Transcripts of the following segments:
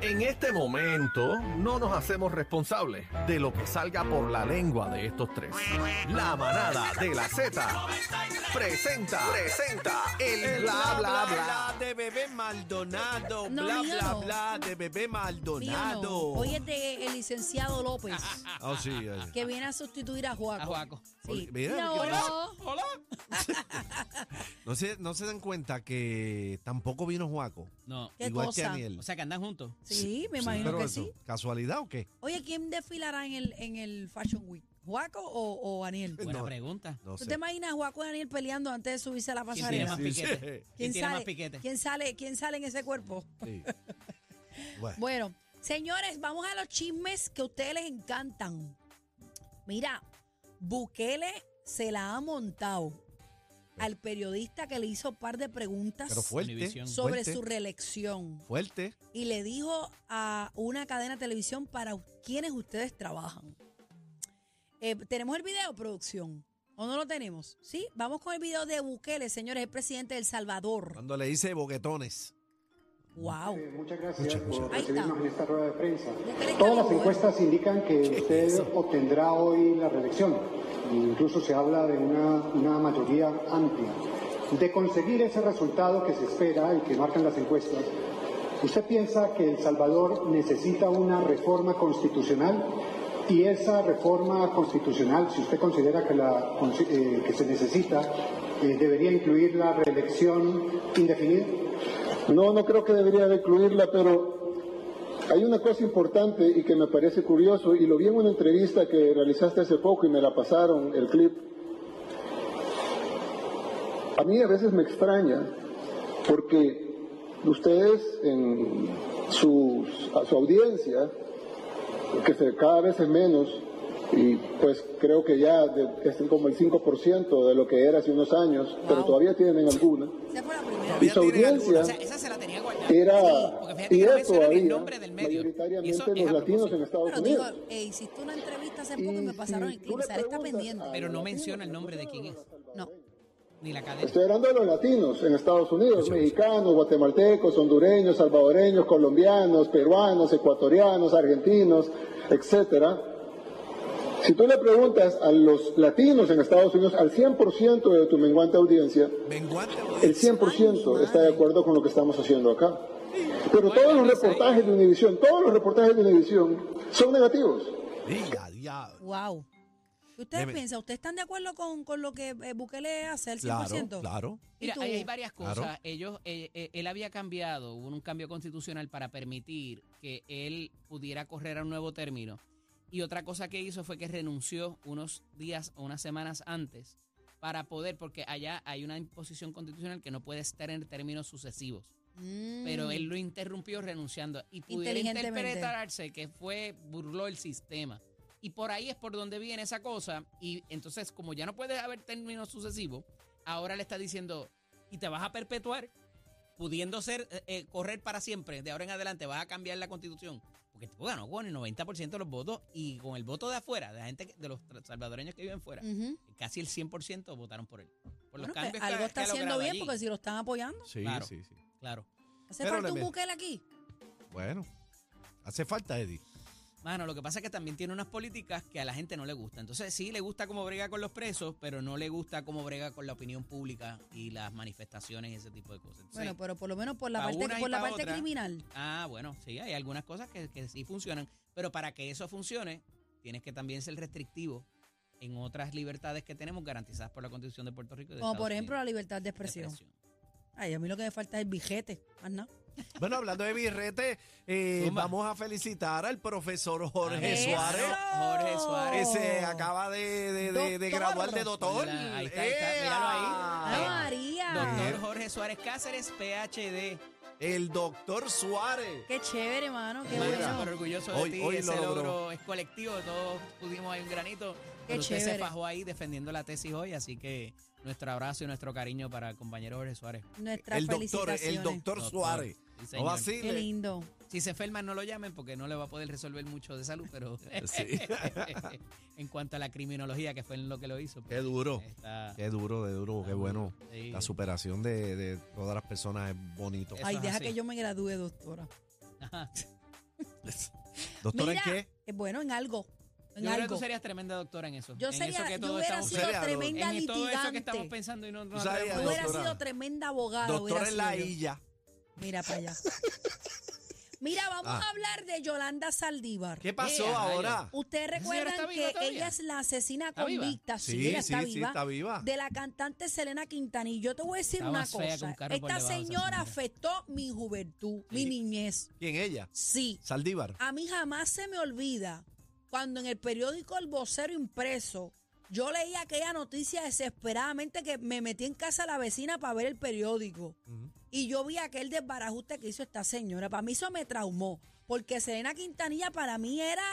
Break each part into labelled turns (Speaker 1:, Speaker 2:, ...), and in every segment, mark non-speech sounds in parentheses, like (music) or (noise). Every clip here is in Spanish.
Speaker 1: En este momento no nos hacemos responsables de lo que salga por la lengua de estos tres. La manada de la Z presenta, presenta el bla bla bla.
Speaker 2: de bebé Maldonado.
Speaker 3: No,
Speaker 2: bla,
Speaker 3: mío
Speaker 2: bla,
Speaker 3: no.
Speaker 2: bla de bebé
Speaker 3: Mío
Speaker 2: Maldonado.
Speaker 3: no. Hoy es de el licenciado López,
Speaker 2: Ah, sí, ah, sí.
Speaker 3: que viene a sustituir a Juaco.
Speaker 4: A Juaco.
Speaker 3: Sí.
Speaker 2: Oye, mira,
Speaker 3: Y ahora,
Speaker 4: Hola.
Speaker 2: No se, no se dan cuenta que tampoco vino Juaco.
Speaker 4: No.
Speaker 3: ¿Qué
Speaker 2: igual que
Speaker 3: cosa?
Speaker 2: Aniel.
Speaker 4: O sea que andan juntos.
Speaker 3: sí, me imagino
Speaker 2: pero
Speaker 3: que
Speaker 2: eso,
Speaker 3: sí.
Speaker 2: ¿Casualidad o qué?
Speaker 3: Oye, ¿quién desfilará en el, en el Fashion Week? ¿Juaco o, o Aniel?
Speaker 4: Buena
Speaker 2: Pues No.
Speaker 4: pregunta.
Speaker 2: No
Speaker 3: ¿Tú
Speaker 2: sé.
Speaker 3: te imaginas a Juaco y Aniel peleando antes de subirse a la
Speaker 4: ¿Quién tiene
Speaker 3: pasarela?
Speaker 4: más
Speaker 2: Sí,
Speaker 4: piquete?
Speaker 2: sí.
Speaker 4: ¿Quién,
Speaker 3: ¿Quién
Speaker 4: tiene más
Speaker 3: sale,
Speaker 4: piquete?
Speaker 3: ¿Quién sale? ¿Quién sale en ese cuerpo?
Speaker 2: Sí. Bueno,
Speaker 3: Bueno, señores, vamos a los chismes que a ustedes les encantan. Mira, Bukele se la ha montado al periodista que le hizo un par de preguntas
Speaker 2: pero fuerte.
Speaker 4: Univisión.
Speaker 3: sobre
Speaker 2: fuerte,
Speaker 3: su reelección
Speaker 2: Fuerte.
Speaker 3: y le dijo a una cadena de televisión para quienes ustedes trabajan. Eh, ¿Tenemos el video, producción? ¿O no lo tenemos? Sí, vamos con el video de Bukele, señores, el presidente de El Salvador.
Speaker 2: Cuando le dice boquetones.
Speaker 3: ¡Wow!
Speaker 5: Eh, Muchas gracias
Speaker 2: Muchas gracias.
Speaker 5: por
Speaker 3: Ahí está.
Speaker 5: recibirnos en esta rueda de prensa.
Speaker 3: Ustedes
Speaker 5: Todas
Speaker 3: están
Speaker 5: las
Speaker 3: buenos.
Speaker 5: encuestas indican que usted obtendrá hoy la reelección. Incluso se habla de una, una mayoría amplia. De conseguir ese resultado que se espera y que marcan las encuestas, ¿usted piensa que El Salvador necesita una reforma constitucional? Y esa reforma constitucional, si usted considera que, la, consi- eh, que se necesita, eh, debería incluir la reelección indefinida.
Speaker 6: No, no creo que debería de incluirla, pero hay una cosa importante y que me parece curioso, y lo vi en una entrevista que realizaste hace poco y me la pasaron, el clip. A mí a veces me extraña, porque ustedes en sus- a su audiencia, que se, cada vez es menos, y pues creo que ya de- es como el 5% de lo que era hace unos años, pero
Speaker 3: Wow.
Speaker 6: todavía tienen alguna.
Speaker 3: Esa fue la primera.
Speaker 6: Y su
Speaker 2: tienen
Speaker 6: audiencia
Speaker 4: O sea, esa se la tenía guardada.
Speaker 6: era
Speaker 4: Sí, porque fíjate que
Speaker 6: era
Speaker 4: no mencionan
Speaker 6: todavía
Speaker 4: el nombre del medio. Y
Speaker 6: mayoritariamente
Speaker 4: eso es
Speaker 6: los
Speaker 4: a
Speaker 6: latinos en
Speaker 4: propósito.
Speaker 6: Estados
Speaker 3: Pero digo,
Speaker 6: Unidos.
Speaker 3: eh, hiciste una entrevista hace
Speaker 6: Y
Speaker 3: poco y me
Speaker 6: si
Speaker 3: pasaron el
Speaker 6: tú
Speaker 3: clip.
Speaker 6: le
Speaker 3: Sara está
Speaker 6: preguntas
Speaker 3: pendiente.
Speaker 6: a
Speaker 4: Pero no
Speaker 6: los
Speaker 4: menciona el
Speaker 6: latinos,
Speaker 4: nombre de quién es,
Speaker 3: No.
Speaker 4: ni la cadena.
Speaker 6: Estoy hablando de los latinos en Estados Unidos, mexicanos, guatemaltecos, hondureños, salvadoreños, colombianos, peruanos, ecuatorianos, argentinos, etcétera. Si tú le preguntas a los latinos en Estados Unidos, al 100% de tu menguante audiencia,
Speaker 2: Menguante.
Speaker 6: el
Speaker 3: Ay, mi
Speaker 6: 100%
Speaker 3: madre.
Speaker 6: está de acuerdo con lo que estamos haciendo acá. Pero todos los reportajes de Univisión, todos los reportajes de Univisión son negativos.
Speaker 2: Diga, diablo.
Speaker 3: Wow. ¿Y ustedes
Speaker 2: Deme.
Speaker 3: piensan? ¿Ustedes están de acuerdo con, con lo que eh, Bukele hace el
Speaker 2: Claro,
Speaker 3: 100%?
Speaker 2: claro.
Speaker 3: ¿Y
Speaker 4: Mira,
Speaker 3: tú?
Speaker 4: ahí hay varias cosas.
Speaker 2: Claro.
Speaker 4: Ellos, eh, eh, él había cambiado, hubo un cambio constitucional para permitir que él pudiera correr a un nuevo término. Y otra cosa que hizo fue que renunció unos días o unas semanas antes para poder, porque allá hay una imposición constitucional que no puedes tener términos sucesivos.
Speaker 3: Mm.
Speaker 4: Pero él lo interrumpió renunciando y pudiera
Speaker 3: Inteligentemente.
Speaker 4: interpretarse que fue, burló el sistema. Y por ahí es por donde viene esa cosa. Y entonces, como ya no puede haber términos sucesivos, ahora le está diciendo, y te vas a perpetuar, pudiendo ser, eh, eh, correr para siempre, de ahora en adelante vas a cambiar la constitución. Porque el tipo ganó con el 90% de los votos y con el voto de afuera, de la gente, que- de los tra- salvadoreños que viven fuera,
Speaker 3: Ujú.
Speaker 4: casi el 100% votaron por él. Por los
Speaker 3: Mm. Bueno, que
Speaker 4: cambios que
Speaker 3: algo
Speaker 4: ha-
Speaker 3: está
Speaker 4: que ha
Speaker 3: haciendo
Speaker 4: logrado
Speaker 3: bien
Speaker 4: allí.
Speaker 3: porque si lo están apoyando.
Speaker 2: Sí,
Speaker 4: Claro.
Speaker 2: sí, sí.
Speaker 4: Claro.
Speaker 3: ¿Hace
Speaker 2: Pero
Speaker 3: falta
Speaker 2: le
Speaker 3: un
Speaker 2: met-
Speaker 3: Bukele aquí?
Speaker 2: Bueno, hace falta, Eddie.
Speaker 4: Mano, lo que pasa es que también tiene unas políticas que a la gente no le gusta. Entonces, sí le gusta cómo brega con los presos, pero no le gusta cómo brega con la opinión pública y las manifestaciones y ese tipo de cosas. Entonces,
Speaker 3: Bueno, pues. pero por lo menos por la
Speaker 4: Pa'
Speaker 3: parte,
Speaker 4: una y
Speaker 3: por la
Speaker 4: pa'
Speaker 3: parte
Speaker 4: otra.
Speaker 3: criminal.
Speaker 4: Ah, bueno, sí, hay algunas cosas que, que sí funcionan, pero para que eso funcione, tienes que también ser restrictivo en otras libertades que tenemos garantizadas por la Constitución de Puerto Rico. y de
Speaker 3: Como
Speaker 4: Estados
Speaker 3: por ejemplo la
Speaker 4: Unidos.
Speaker 3: libertad de expresión.
Speaker 4: Expresión.
Speaker 3: Ay, a mí lo que me falta es el billete. más nada.
Speaker 2: Bueno, hablando de birrete, eh,
Speaker 4: Zumba.
Speaker 2: vamos a felicitar al profesor Jorge
Speaker 4: Eso.
Speaker 2: Suárez.
Speaker 4: Jorge Suárez.
Speaker 2: Ese acaba de, de, de- de
Speaker 3: Doctor.
Speaker 2: graduar de doctor.
Speaker 4: Hola, ahí está, ahí está,
Speaker 2: ¡Ea!
Speaker 4: míralo ahí.
Speaker 3: ¡Ah,
Speaker 4: Eh,
Speaker 3: María!
Speaker 4: Doctor Jorge Suárez Cáceres, PhD.
Speaker 2: El doctor Suárez.
Speaker 3: ¡Qué chévere, hermano! ¡Qué
Speaker 4: Mano,
Speaker 3: bueno!
Speaker 4: súper orgulloso de
Speaker 2: Hoy-
Speaker 4: ti.
Speaker 2: hoy lo
Speaker 4: Ese
Speaker 2: logró.
Speaker 4: logro es colectivo. Todos pudimos ahí un granito.
Speaker 3: Qué
Speaker 4: pero usted se
Speaker 3: chévere.
Speaker 4: fajó ahí defendiendo la tesis hoy. Así que nuestro abrazo y nuestro cariño para el compañero Jorge Suárez.
Speaker 3: Nuestras
Speaker 2: El doctor,
Speaker 3: felicitaciones.
Speaker 2: el doctor
Speaker 4: Doctor.
Speaker 2: Suárez.
Speaker 4: Sí,
Speaker 2: No
Speaker 4: señor.
Speaker 3: ¡Qué
Speaker 2: vacile.
Speaker 3: lindo!
Speaker 4: Si se enferman, no lo llamen porque no le va a poder resolver mucho de salud. Pero
Speaker 2: Sí.
Speaker 4: (laughs) en cuanto a la criminología, que fue en lo que lo hizo.
Speaker 2: (laughs)
Speaker 4: pues,
Speaker 2: Qué duro.
Speaker 4: Está,
Speaker 2: Qué duro, de duro, qué bueno.
Speaker 4: sí.
Speaker 2: La superación de, de todas las personas es bonito.
Speaker 4: Eso
Speaker 3: Ay,
Speaker 4: es
Speaker 3: deja
Speaker 4: así.
Speaker 3: que yo me gradúe, doctora.
Speaker 4: Ajá.
Speaker 2: ¿Doctora
Speaker 3: Mira,
Speaker 2: en qué?
Speaker 3: eh, Bueno, en algo. En
Speaker 4: Yo creo que
Speaker 3: algo.
Speaker 4: tú serías tremenda doctora en eso.
Speaker 3: Yo
Speaker 4: en
Speaker 3: sería-
Speaker 4: eso que
Speaker 3: yo
Speaker 4: todos
Speaker 3: hubiera
Speaker 4: estamos
Speaker 3: sido
Speaker 4: pensando.
Speaker 3: tremenda
Speaker 4: En todo eso que
Speaker 3: litigante.
Speaker 4: estamos pensando y no, no
Speaker 2: Tú sabes,
Speaker 3: Tú
Speaker 4: atrevemos.
Speaker 2: doctora.
Speaker 3: hubieras sido tremenda abogada.
Speaker 2: Doctora
Speaker 3: hubieras
Speaker 2: en la
Speaker 3: sido yo.
Speaker 2: Illa.
Speaker 3: Mira para allá. Mira, vamos
Speaker 2: Ah.
Speaker 3: a hablar de Yolanda Saldívar.
Speaker 2: ¿Qué pasó
Speaker 4: Eh, a
Speaker 2: ahora?
Speaker 3: Ustedes
Speaker 4: ¿Esa señora está
Speaker 3: recuerdan
Speaker 4: viva
Speaker 3: que
Speaker 4: todavía?
Speaker 3: ella es la asesina
Speaker 4: ¿Está viva?
Speaker 3: convicta, sí,
Speaker 2: Sí,
Speaker 3: ella
Speaker 2: sí,
Speaker 3: está
Speaker 2: sí,
Speaker 3: viva,
Speaker 2: está viva.
Speaker 3: de la cantante Selena Quintanilla. Yo te voy a decir
Speaker 4: Está
Speaker 3: una
Speaker 4: más fea que un
Speaker 3: cosa.
Speaker 4: carro por
Speaker 3: Esta
Speaker 4: debajo, esa
Speaker 3: señora
Speaker 4: señora.
Speaker 3: afectó mi juventud, mi niñez.
Speaker 2: ¿Quién ella?
Speaker 3: Sí,
Speaker 2: Saldívar.
Speaker 3: a mí jamás se me olvida cuando en el periódico El Vocero impreso yo leía aquella noticia desesperadamente que me metí en casa de la vecina para ver el periódico.
Speaker 2: Ujú.
Speaker 3: Y yo vi aquel desbarajuste que hizo esta señora. Para mí eso me traumó. Porque Selena Quintanilla para mí era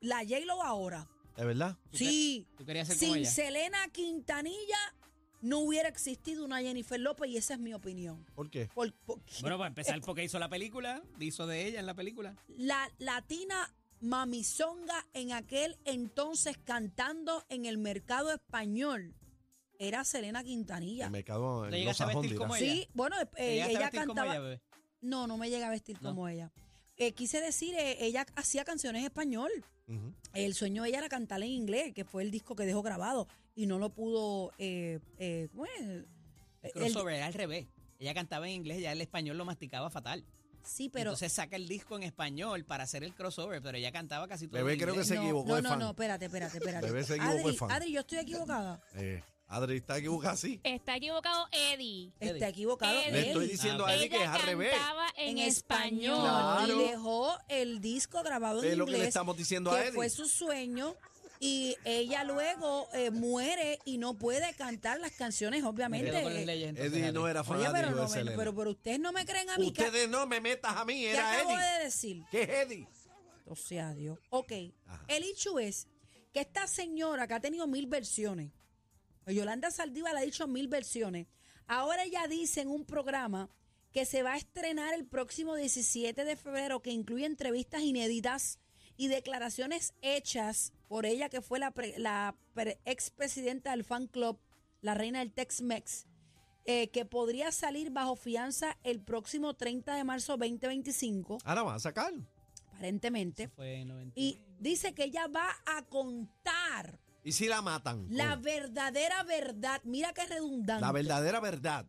Speaker 3: la J-Lo ahora.
Speaker 2: ¿De verdad?
Speaker 4: ¿Tú
Speaker 3: Sí.
Speaker 4: Tú querías ser como
Speaker 3: Sin
Speaker 4: ella.
Speaker 3: Selena Quintanilla no hubiera existido una Jennifer López y esa es mi opinión.
Speaker 2: ¿Por qué?
Speaker 3: Por- porque
Speaker 4: Bueno, para empezar, porque hizo la película, hizo de ella en la película.
Speaker 3: la latina mamizonga en aquel entonces cantando en el mercado español era Selena Quintanilla.
Speaker 2: El mercado
Speaker 4: ¿Te
Speaker 2: en
Speaker 4: llegaste a
Speaker 2: anglosajón,
Speaker 4: vestir como
Speaker 2: dirás.
Speaker 4: ella?
Speaker 3: Sí, bueno, eh,
Speaker 4: ¿Te llegaste a
Speaker 3: ella
Speaker 4: vestir como
Speaker 3: cantaba.
Speaker 4: ella, bebé?
Speaker 3: No, no me llega a vestir
Speaker 4: No.
Speaker 3: como ella. Eh, quise decir, eh, ella hacía canciones en español.
Speaker 2: Ujú.
Speaker 3: El sueño de ella era cantar en inglés, que fue el disco que dejó grabado y no lo pudo. Eh, eh, ¿Cómo es?
Speaker 4: El
Speaker 3: El-
Speaker 4: crossover era al revés. Ella cantaba en inglés, ya el español lo masticaba fatal.
Speaker 3: sí, pero.
Speaker 4: Entonces saca el disco en español para hacer el crossover, pero ella cantaba casi todo.
Speaker 2: Bebé,
Speaker 4: en
Speaker 2: creo que
Speaker 4: inglés.
Speaker 2: se
Speaker 3: no,
Speaker 2: equivocó
Speaker 3: no,
Speaker 2: de
Speaker 3: no,
Speaker 2: fan.
Speaker 3: no, espérate, espérate, espérate.
Speaker 2: Bebé se equivocó de
Speaker 3: Adri,
Speaker 2: fan.
Speaker 3: Adri, yo estoy equivocada.
Speaker 2: Eh, Adri está equivocada, sí.
Speaker 7: Está equivocado Eddie.
Speaker 4: Eddie.
Speaker 3: Está equivocado.
Speaker 7: Le
Speaker 2: Le
Speaker 3: él.
Speaker 2: estoy diciendo
Speaker 4: Ah,
Speaker 2: a Eddie que es
Speaker 7: Ella
Speaker 2: al revés.
Speaker 7: cantaba en,
Speaker 3: en español.
Speaker 7: español.
Speaker 2: Claro.
Speaker 3: Y dejó el disco grabado en
Speaker 2: Es lo que
Speaker 3: inglés.
Speaker 2: le estamos diciendo a
Speaker 3: que fue
Speaker 2: Eddie.
Speaker 3: su sueño y ella luego eh, muere y no puede cantar las canciones,
Speaker 4: Me
Speaker 3: obviamente.
Speaker 4: quedo con las
Speaker 3: Eh,
Speaker 4: leyes, entonces,
Speaker 2: Eddie no
Speaker 4: Adri.
Speaker 2: era
Speaker 3: Oye, pero,
Speaker 2: fanático
Speaker 3: no
Speaker 2: de
Speaker 3: me-
Speaker 2: Selena.
Speaker 3: pero, pero ustedes no me creen a mí. que
Speaker 2: Ustedes no me metas a mí,
Speaker 3: ¿Qué
Speaker 2: era
Speaker 3: acabo
Speaker 2: Eddie.
Speaker 3: de decir?
Speaker 2: ¿Qué es Eddie?
Speaker 3: O sea, Dios. Ok,
Speaker 2: Ajá.
Speaker 3: el hecho es que esta señora que ha tenido mil versiones, Yolanda Saldívar ha dicho mil versiones, ahora ella dice en un programa que se va a estrenar el próximo 17 de febrero, que incluye entrevistas inéditas y declaraciones hechas por ella, que fue la, pre- la pre- expresidenta del fan club, la reina del Tex-Mex, eh, que podría salir bajo fianza el próximo 30 de marzo 2025,
Speaker 2: Ahora van a sacar.
Speaker 3: aparentemente.
Speaker 4: Eso Fue en 90.
Speaker 3: Y dice que ella va a contar
Speaker 2: ¿Y si la matan?
Speaker 3: la
Speaker 2: Oh,
Speaker 3: verdadera verdad. Mira qué redundante.
Speaker 2: la verdadera verdad.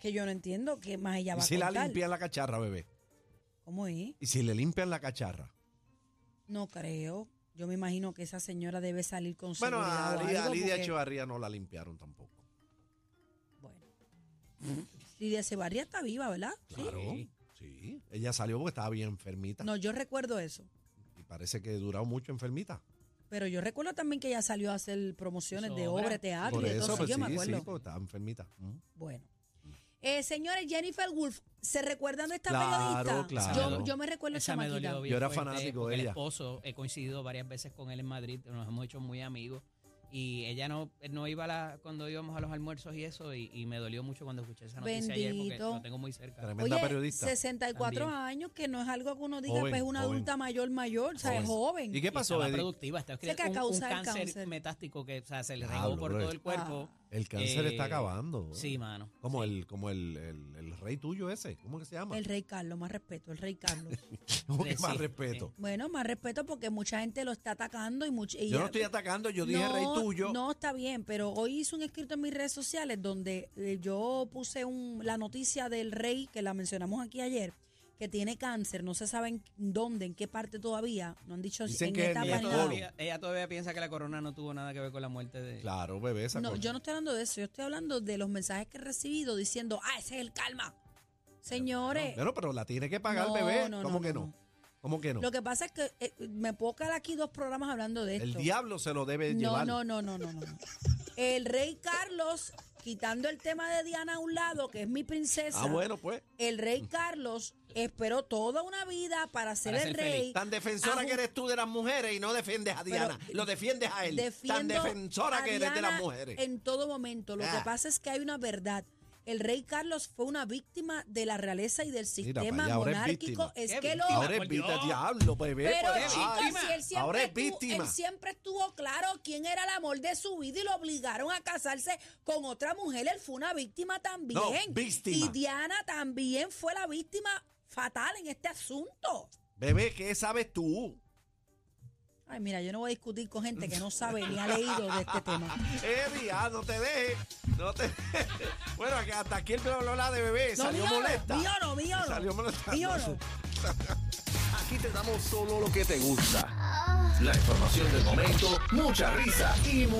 Speaker 3: Que yo no entiendo qué más ella
Speaker 2: ¿Y
Speaker 3: va
Speaker 2: si
Speaker 3: a
Speaker 2: la
Speaker 3: contar.
Speaker 2: limpian la cacharra, bebé?
Speaker 3: ¿Cómo es?
Speaker 2: ¿Y si le limpian la cacharra?
Speaker 3: No creo. Yo me imagino que esa señora debe salir con
Speaker 2: Bueno, a,
Speaker 3: seguridad o
Speaker 2: Ari- a
Speaker 3: algo,
Speaker 2: Lidia
Speaker 3: porque-
Speaker 2: Echevarría no la limpiaron tampoco.
Speaker 3: Bueno. Lidia Echevarría está viva, ¿verdad? Sí.
Speaker 2: Claro. Sí. Ella salió porque estaba bien enfermita.
Speaker 3: No, yo recuerdo eso.
Speaker 2: Y parece que duró mucho enfermita.
Speaker 3: Pero yo recuerdo también que ella salió a hacer promociones
Speaker 4: Hizo
Speaker 3: de
Speaker 4: obra.
Speaker 3: obra, teatro
Speaker 2: Por
Speaker 3: y de
Speaker 2: eso,
Speaker 3: todo eso.
Speaker 2: pues
Speaker 3: Ah, Yo
Speaker 2: sí,
Speaker 3: me
Speaker 2: sí,
Speaker 3: acuerdo.
Speaker 2: porque estaba enfermita. Mm.
Speaker 3: Bueno. Eh, señores, Jennifer Wolf, ¿se recuerdan de esta
Speaker 2: Claro,
Speaker 3: periodista?
Speaker 2: claro.
Speaker 3: Yo, yo me recuerdo
Speaker 4: Esa me
Speaker 3: chamaquita.
Speaker 4: dolió bien
Speaker 2: Yo era
Speaker 4: fuerte,
Speaker 2: fanático
Speaker 4: porque
Speaker 2: de
Speaker 4: El
Speaker 2: ella.
Speaker 4: esposo, he coincidido varias veces con él en Madrid, nos hemos hecho muy amigos. Y ella no, no iba a la- cuando íbamos a los almuerzos y eso, y, y me dolió mucho cuando escuché esa noticia ayer
Speaker 3: Bendito.
Speaker 4: porque lo tengo muy cerca.
Speaker 2: Tremenda
Speaker 3: Oye,
Speaker 2: periodista.
Speaker 3: 64
Speaker 4: También.
Speaker 3: años, que no es algo que uno diga,
Speaker 2: Joven,
Speaker 3: pues una
Speaker 2: joven.
Speaker 3: adulta mayor, mayor, o sea, es joven.
Speaker 2: ¿Y qué pasó,
Speaker 4: Estaba
Speaker 2: Eddie?
Speaker 4: productiva, estaba
Speaker 3: Sé que
Speaker 4: escribiendo
Speaker 3: a
Speaker 4: un, un
Speaker 3: causa del
Speaker 4: cáncer,
Speaker 3: cáncer.
Speaker 4: metástico que o sea, se le
Speaker 2: Diablo,
Speaker 4: regó por
Speaker 2: bro.
Speaker 4: todo el cuerpo.
Speaker 3: Ah.
Speaker 2: El cáncer
Speaker 4: Eh,
Speaker 2: está acabando.
Speaker 4: Sí, mano.
Speaker 2: Como el, como el, el, el rey tuyo ese. ¿Cómo que se llama?
Speaker 3: El rey Carlos, más respeto, el rey Carlos.
Speaker 2: (laughs) Como que
Speaker 4: Sí,
Speaker 2: más
Speaker 4: sí.
Speaker 2: respeto.
Speaker 3: bueno, más respeto porque mucha gente lo está atacando y mucha...
Speaker 2: Yo no estoy atacando, yo dije rey tuyo.
Speaker 3: No, está bien, pero hoy hice un escrito en mis redes sociales donde eh, yo puse un, la noticia del rey, que la mencionamos aquí ayer, que tiene cáncer, no se sabe en dónde, en qué parte todavía, no han dicho
Speaker 2: Dicen
Speaker 3: en
Speaker 2: que
Speaker 3: qué
Speaker 2: es
Speaker 3: etapa
Speaker 2: Ella
Speaker 4: Ella
Speaker 3: ni nada.
Speaker 4: todavía, ella todavía piensa que la corona no tuvo nada que ver con la muerte de...
Speaker 2: Claro, bebé, esa
Speaker 3: No,
Speaker 2: cosa.
Speaker 3: yo no estoy hablando de eso, yo estoy hablando de los mensajes que he recibido diciendo, ah, ese es el calma. Señores,
Speaker 2: Bueno, pero la tiene que pagar,
Speaker 3: No,
Speaker 2: bebé.
Speaker 3: no,
Speaker 2: ¿Cómo
Speaker 3: no,
Speaker 2: que
Speaker 3: no,
Speaker 2: no? ¿Cómo que no?
Speaker 3: lo que pasa es que eh, me puedo quedar aquí dos programas hablando de esto.
Speaker 2: El diablo se lo debe
Speaker 3: no,
Speaker 2: llevar.
Speaker 3: no, no, no, no, no, no. El rey Carlos, quitando el tema de Diana a un lado, que es mi princesa,
Speaker 2: Ah, bueno, pues.
Speaker 3: el rey Carlos esperó toda una vida para ser
Speaker 4: Para
Speaker 3: el
Speaker 4: ser
Speaker 3: rey.
Speaker 4: feliz.
Speaker 2: Tan defensora
Speaker 3: Ajú-
Speaker 2: que eres tú de las mujeres y no defiendes a Diana.
Speaker 3: Pero,
Speaker 2: lo defiendes a él. Tan
Speaker 3: defiendo
Speaker 2: defensora
Speaker 3: a
Speaker 2: que eres de las
Speaker 3: Diana
Speaker 2: mujeres.
Speaker 3: En todo momento. Lo
Speaker 2: Ah.
Speaker 3: que pasa es que hay una verdad. El rey Carlos fue una víctima de la realeza y del
Speaker 2: Mira
Speaker 3: sistema
Speaker 2: pa' allá, ahora es
Speaker 3: monárquico.
Speaker 2: víctima.
Speaker 3: Es,
Speaker 4: Qué
Speaker 3: que lo.
Speaker 4: víctima,
Speaker 2: Ahora es
Speaker 4: Ah, por
Speaker 2: víctima,
Speaker 4: Dios.
Speaker 2: diablo, bebé.
Speaker 3: Pero
Speaker 2: pues, ay,
Speaker 3: chicos, si él siempre,
Speaker 2: ahora es
Speaker 3: estuvo,
Speaker 2: víctima.
Speaker 3: él siempre estuvo claro quién era el amor de su vida y lo obligaron a casarse con otra mujer. Él fue una víctima también.
Speaker 2: No, víctima.
Speaker 3: Y Diana también fue la víctima fatal en este asunto.
Speaker 2: Bebé, ¿qué sabes tú?
Speaker 3: Ay, mira, yo no voy a discutir con gente que no sabe ni ha leído de este
Speaker 2: (laughs)
Speaker 3: tema.
Speaker 2: Eddie, ah, no te dejes. No te dejes. (laughs) Bueno, que hasta aquí el bla bla bla de bebé.
Speaker 3: No,
Speaker 2: salió
Speaker 3: mío
Speaker 2: molesta.
Speaker 3: no, mío no, mío no.
Speaker 2: Salió molesta.
Speaker 3: Mío no.
Speaker 1: Aquí te damos solo lo que te gusta. La información del momento, mucha risa y mucha...